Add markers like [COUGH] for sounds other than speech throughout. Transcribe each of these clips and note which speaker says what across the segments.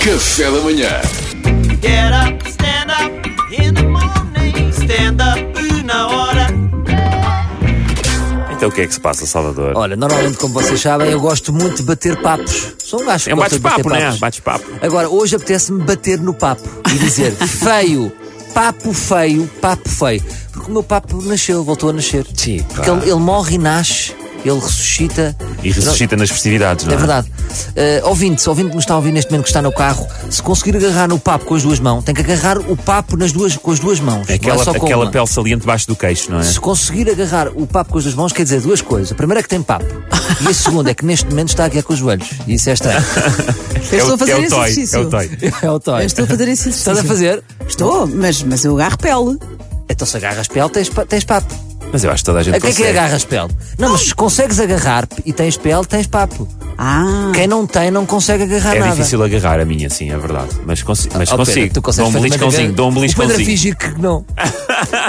Speaker 1: Café da Manhã.
Speaker 2: Get up, stand up in the morning. Stand up na hora.
Speaker 3: Então o que é que se passa, Salvador?
Speaker 4: Olha, normalmente, como vocês sabem, eu gosto muito de bater papos. Sou um gajo que
Speaker 3: é um
Speaker 4: gosta de bater
Speaker 3: bate-papo, não é?
Speaker 4: papos.
Speaker 3: Bate-papo.
Speaker 4: Agora, hoje apetece-me bater no papo e
Speaker 3: [LAUGHS]
Speaker 4: dizer feio, papo feio, papo feio. Porque o meu papo nasceu, voltou a nascer.
Speaker 3: Sim, pá.
Speaker 4: Porque ele, ele morre e nasce, ele ressuscita.
Speaker 3: E ressuscita nas festividades, não é?
Speaker 4: É verdade. Uh, ouvinte, se ouvinte que nos está a ouvir neste momento que está no carro, se conseguir agarrar no papo com as duas mãos, tem que agarrar o papo nas duas, com as duas mãos.
Speaker 3: É
Speaker 4: não
Speaker 3: Aquela,
Speaker 4: é só com
Speaker 3: aquela
Speaker 4: uma.
Speaker 3: pele saliente debaixo do queixo, não é?
Speaker 4: Se conseguir agarrar o papo com as duas mãos, quer dizer duas coisas. A primeira é que tem papo. E a segunda é que neste momento está aqui é com os joelhos. E isso é estranho.
Speaker 5: Eu estou
Speaker 3: o-
Speaker 5: a fazer
Speaker 3: é o
Speaker 5: esse
Speaker 3: toy,
Speaker 5: exercício.
Speaker 3: é o toy.
Speaker 4: [LAUGHS] É o toy.
Speaker 5: Eu estou a fazer esse exercício.
Speaker 4: Estás a fazer?
Speaker 5: Estou, mas, mas eu agarro pele.
Speaker 4: Então se agarras pele, tens, pa- tens papo.
Speaker 3: Mas eu acho que toda a gente
Speaker 4: A que é que
Speaker 3: consegue.
Speaker 4: agarras pele? Não, mas se consegues agarrar e tens pele, tens papo.
Speaker 5: Ah,
Speaker 4: Quem não tem, não consegue agarrar
Speaker 3: É
Speaker 4: nada.
Speaker 3: difícil agarrar a minha, sim, é verdade. Mas, consi mas
Speaker 4: Oh, Pedro,
Speaker 3: consigo.
Speaker 4: tu consegues
Speaker 3: dou um
Speaker 4: fazer, mas
Speaker 3: beliscãozinho,
Speaker 4: agarra-
Speaker 3: dou um
Speaker 4: O Pedro a
Speaker 3: beliscãozinho.
Speaker 4: fingir que
Speaker 3: [LAUGHS]
Speaker 4: não.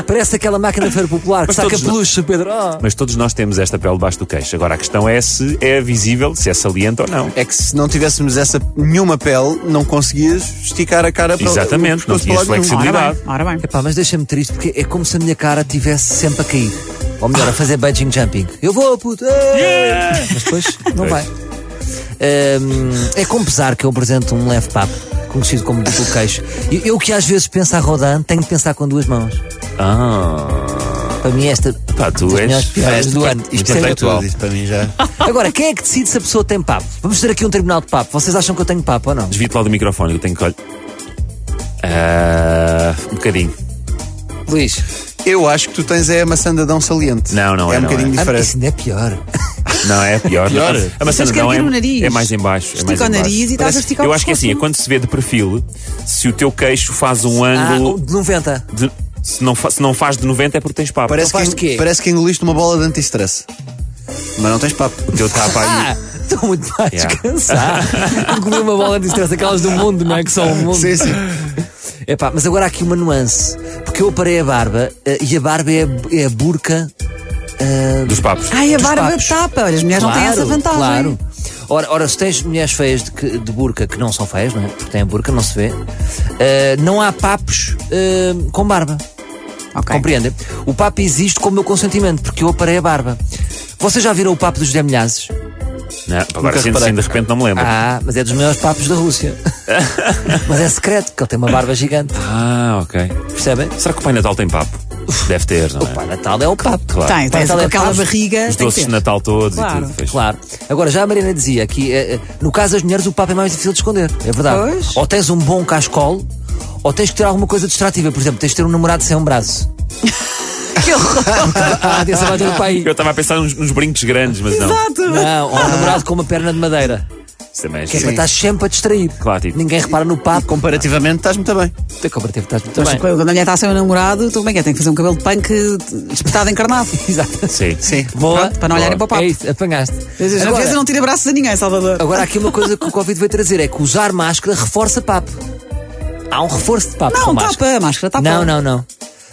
Speaker 4: Parece aquela máquina de feira popular que
Speaker 3: Mas
Speaker 4: saca
Speaker 3: todos nós-
Speaker 4: peluche, Pedro. Oh.
Speaker 3: Mas todos nós temos esta pele debaixo do queixo. Agora a questão é se é visível, se é saliente ou não.
Speaker 6: É que se não tivéssemos essa nenhuma pele, não conseguias esticar a cara para
Speaker 3: Exatamente,
Speaker 6: para o
Speaker 3: não tinhas
Speaker 6: lado nenhum.
Speaker 3: flexibilidade.
Speaker 5: ora bem, ora bem.
Speaker 4: Epá, mas deixa-me triste porque é como se a minha cara estivesse sempre a cair. Ou melhor, a fazer budging jumping. Eu vou, puto! ei! Mas depois não
Speaker 3: Pois.
Speaker 4: vai. Ahm, é com pesar que eu apresento um leve papo, conhecido como duplo queixo. E Eu que às vezes penso a rodando, tenho de pensar com duas mãos.
Speaker 3: Ah,
Speaker 4: Para mim, esta
Speaker 3: pá, tu
Speaker 4: das melhores
Speaker 3: és.
Speaker 4: piadas do ano.
Speaker 6: Isto é intelectual. Isto para mim já.
Speaker 4: Agora, quem é que decide se a pessoa tem papo? Vamos ter aqui um tribunal de papo. Vocês acham que eu tenho papo ou não?
Speaker 3: Desvio-te lá do microfone, eu tenho que olhar. Ah, um bocadinho.
Speaker 4: Luís,
Speaker 6: [LAUGHS] Eu acho que tu tens é a maçã de Adão saliente.
Speaker 3: Não, não é,
Speaker 6: um
Speaker 3: não
Speaker 6: bocadinho
Speaker 4: ah,
Speaker 6: diferente.
Speaker 4: isso ainda é pior.
Speaker 3: Não, é pior.
Speaker 6: Pior?
Speaker 3: A maçã
Speaker 5: Mas quer
Speaker 3: não é,
Speaker 5: ver o nariz.
Speaker 3: é mais em baixo. é
Speaker 5: Estica
Speaker 3: mais
Speaker 5: o
Speaker 3: em baixo.
Speaker 5: nariz e estás a esticar o
Speaker 3: Eu acho que é assim, é
Speaker 5: pescoço.
Speaker 3: quando se vê de perfil, se o teu queixo faz um
Speaker 4: Ah, um
Speaker 3: ângulo...
Speaker 4: de 90.
Speaker 3: de- se, não fa- se não faz de 90 é porque tens papo.
Speaker 6: Parece,
Speaker 4: Então faz
Speaker 6: que,
Speaker 4: de quê?
Speaker 6: parece que engoliste uma bola de anti-stress. Mas não tens papo.
Speaker 3: O teu tapa aí...
Speaker 4: Ah, estou muito mais
Speaker 3: Yeah.
Speaker 6: [LAUGHS]
Speaker 4: cansado. Eu comi uma bola de estresse, aquelas do mundo, não é? Que são o mundo.
Speaker 6: Sim, sim.
Speaker 4: Epá, mas agora há aqui uma nuance. Porque eu parei a barba eh, e a barba é, a- é a burca. eh,
Speaker 3: Dos papos.
Speaker 5: Ah! Ai, a
Speaker 4: Dos
Speaker 5: barba
Speaker 4: papos.
Speaker 5: tapa. Olha, as mulheres não têm
Speaker 4: Claro,
Speaker 5: essa vantagem.
Speaker 4: Claro. Ora, ora, se tens mulheres feias de, que- de burca que não são feias, não é? Porque têm a burca, não se vê. eh, não há papos eh, com barba.
Speaker 5: Ok.
Speaker 4: Compreendem? O papo existe com o meu consentimento, porque eu aparei a barba. Vocês já viram o papo dos José Milhazes?
Speaker 3: Não, agora sim,
Speaker 6: reparei.
Speaker 3: sim, de repente não me lembro.
Speaker 4: Ah, mas é dos maiores papos
Speaker 3: [LAUGHS]
Speaker 4: da Rússia. mas é secreto, porque ele tem uma barba gigante.
Speaker 3: Ah, ok.
Speaker 4: Percebem?
Speaker 3: Será que o Pai Natal tem papo? Deve ter, não
Speaker 4: O
Speaker 3: é?
Speaker 4: Pai Natal é o papo.
Speaker 3: Claro.
Speaker 5: Tem, tem
Speaker 4: Pai Natal
Speaker 5: com
Speaker 4: é
Speaker 5: aquela
Speaker 4: pavos,
Speaker 5: barriga.
Speaker 3: Os
Speaker 5: tem que
Speaker 3: doces de
Speaker 5: ter. [LAUGHS]
Speaker 3: Natal todos
Speaker 5: Claro.
Speaker 3: e tudo. fez.
Speaker 4: Claro. Agora, já a Marina dizia que eh, eh, no caso das mulheres o papo é mais difícil de esconder. É verdade.
Speaker 5: Pois.
Speaker 4: Ou tens um bom cascol, ou tens que ter alguma coisa distrativa. Por exemplo, tens de ter um namorado sem
Speaker 5: [LAUGHS]
Speaker 4: um braço. que horror! ah, atenção, vai ter o pai.
Speaker 3: Eu estava a pensar nos, nos brincos grandes, mas não.
Speaker 5: Exato.
Speaker 4: Não, ou um namorado com uma perna de madeira.
Speaker 3: Isso também é
Speaker 4: Que é
Speaker 3: giro.
Speaker 4: para estar sempre a distrair.
Speaker 3: Claro, tipo-
Speaker 4: Ninguém repara no papo.
Speaker 6: Comparativamente estás muito bem.
Speaker 4: Tem comparativo, estás muito
Speaker 5: Mas
Speaker 4: bem.
Speaker 5: quando a mulher está sem o namorado, tudo bem que é, tem que fazer um cabelo de punk eh, espetado encarnado.
Speaker 4: [LAUGHS] Exato.
Speaker 3: Sim.
Speaker 6: Sim.
Speaker 4: Boa.
Speaker 5: Pronto, para não olharem para o papo. é,
Speaker 4: É isso, apanhaste.
Speaker 5: Às vezes eu não tiro braços a ninguém, Salvador. Ah,
Speaker 4: Agora, há aqui uma coisa que o Covid veio trazer: é que usar máscara reforça papo. Há um reforço de papo. com
Speaker 5: Não,
Speaker 4: máscara.
Speaker 5: tapa. A máscara tapa.
Speaker 4: Não, não, não.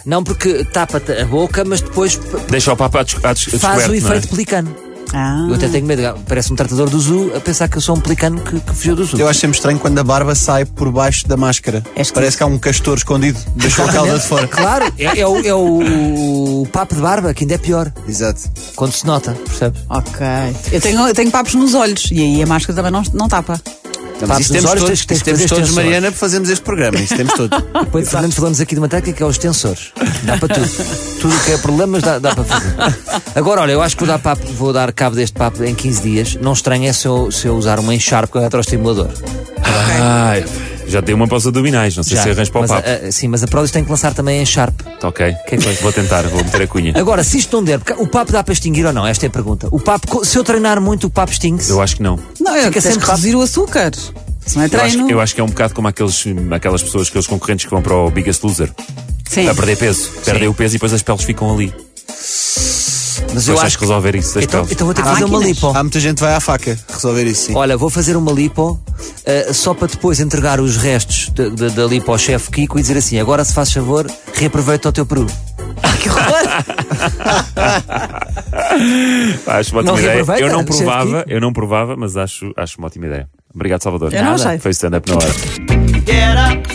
Speaker 4: Não, porque tapa-te a boca, mas depois p-
Speaker 3: Deixa o papo a, des a des- a
Speaker 4: faz
Speaker 3: descoberto,
Speaker 4: o
Speaker 3: não é?
Speaker 4: efeito pelicano.
Speaker 5: Ah.
Speaker 4: Eu até tenho medo, parece um tratador do zoo a pensar que eu sou um pelicano que, que fugiu do zoo.
Speaker 6: Eu acho sempre estranho quando a barba sai por baixo da máscara.
Speaker 5: esquisito.
Speaker 6: Parece que há um castor escondido. Deixou a cauda de
Speaker 4: [LAUGHS]
Speaker 6: fora.
Speaker 4: Claro, é, é o, é o- o papo de barba, que ainda é pior,
Speaker 6: Exato.
Speaker 4: quando se nota, percebes?
Speaker 5: Ok. Eu tenho, eu tenho papos nos olhos e aí a máscara também não, não tapa.
Speaker 4: Papo
Speaker 6: Mas isto
Speaker 4: dos
Speaker 6: temos
Speaker 4: olhos, tens
Speaker 6: todos,
Speaker 4: que- tens
Speaker 6: isto
Speaker 4: que fazer
Speaker 6: temos todos
Speaker 4: extensões.
Speaker 6: Mariana, para fazermos este programa. Isto temos
Speaker 4: [LAUGHS]
Speaker 6: todos.
Speaker 4: Depois, Fernando, falamos aqui de uma técnica que é os tensores. Dá para
Speaker 3: [LAUGHS]
Speaker 4: tudo. tudo o que é problemas dá, dá para fazer. Agora, olha, eu acho que vou dar, papo- vou dar cabo deste papo em 15 dias. Não estranho é se eu, se eu usar uma encharpe com um eletroestimulador.
Speaker 3: Ai, já dei uma para os abdominais, não sei se arranjo para o
Speaker 5: é
Speaker 4: mas, a-
Speaker 3: papo.
Speaker 4: a- sim, mas a Prodis tem que lançar também em Sharp.
Speaker 3: Tá ok, vou tentar, vou meter a cunha.
Speaker 4: Agora, se isto não der, porque o papo dá para extinguir ou não? Esta é a pergunta. O papo, co- se eu treinar muito, o papo extingue-se.
Speaker 3: Eu acho que não.
Speaker 5: Não, eu
Speaker 4: Fica
Speaker 5: tens
Speaker 4: sempre
Speaker 5: que reduzir o açúcar. Se não é
Speaker 3: Eu acho,
Speaker 5: treino.
Speaker 3: eu acho que é um bocado como aqueles, hum, aquelas pessoas, aqueles concorrentes que vão para o Biggest Loser.
Speaker 5: Sim.
Speaker 3: A perder peso. Perdem o peso e depois as peles ficam ali.
Speaker 4: Mas
Speaker 3: Depois tens que resolver isso das
Speaker 4: Então,
Speaker 3: peles.
Speaker 4: então vou ter que
Speaker 5: Há
Speaker 4: fazer uma
Speaker 5: máquinas.
Speaker 4: lipo.
Speaker 6: Há muita gente que vai à faca resolver isso, sim.
Speaker 4: Olha, vou fazer uma lipo eh, só para depois entregar os restos da- da da lipo ao chefe Kiko e dizer assim: agora, se faz favor, reaproveita o teu peru.
Speaker 5: que horror. então,
Speaker 3: [LAUGHS] Acho uma
Speaker 4: Não
Speaker 3: ótima ideia.
Speaker 4: reaproveita,
Speaker 3: Eu não
Speaker 4: chefe
Speaker 3: provava, eu não provava, mas acho, acho uma ótima ideia. Obrigado, Salvador.
Speaker 5: Eu não
Speaker 4: Nada.
Speaker 3: é?
Speaker 5: achei.
Speaker 3: Foi stand-up na hora.
Speaker 2: Get up,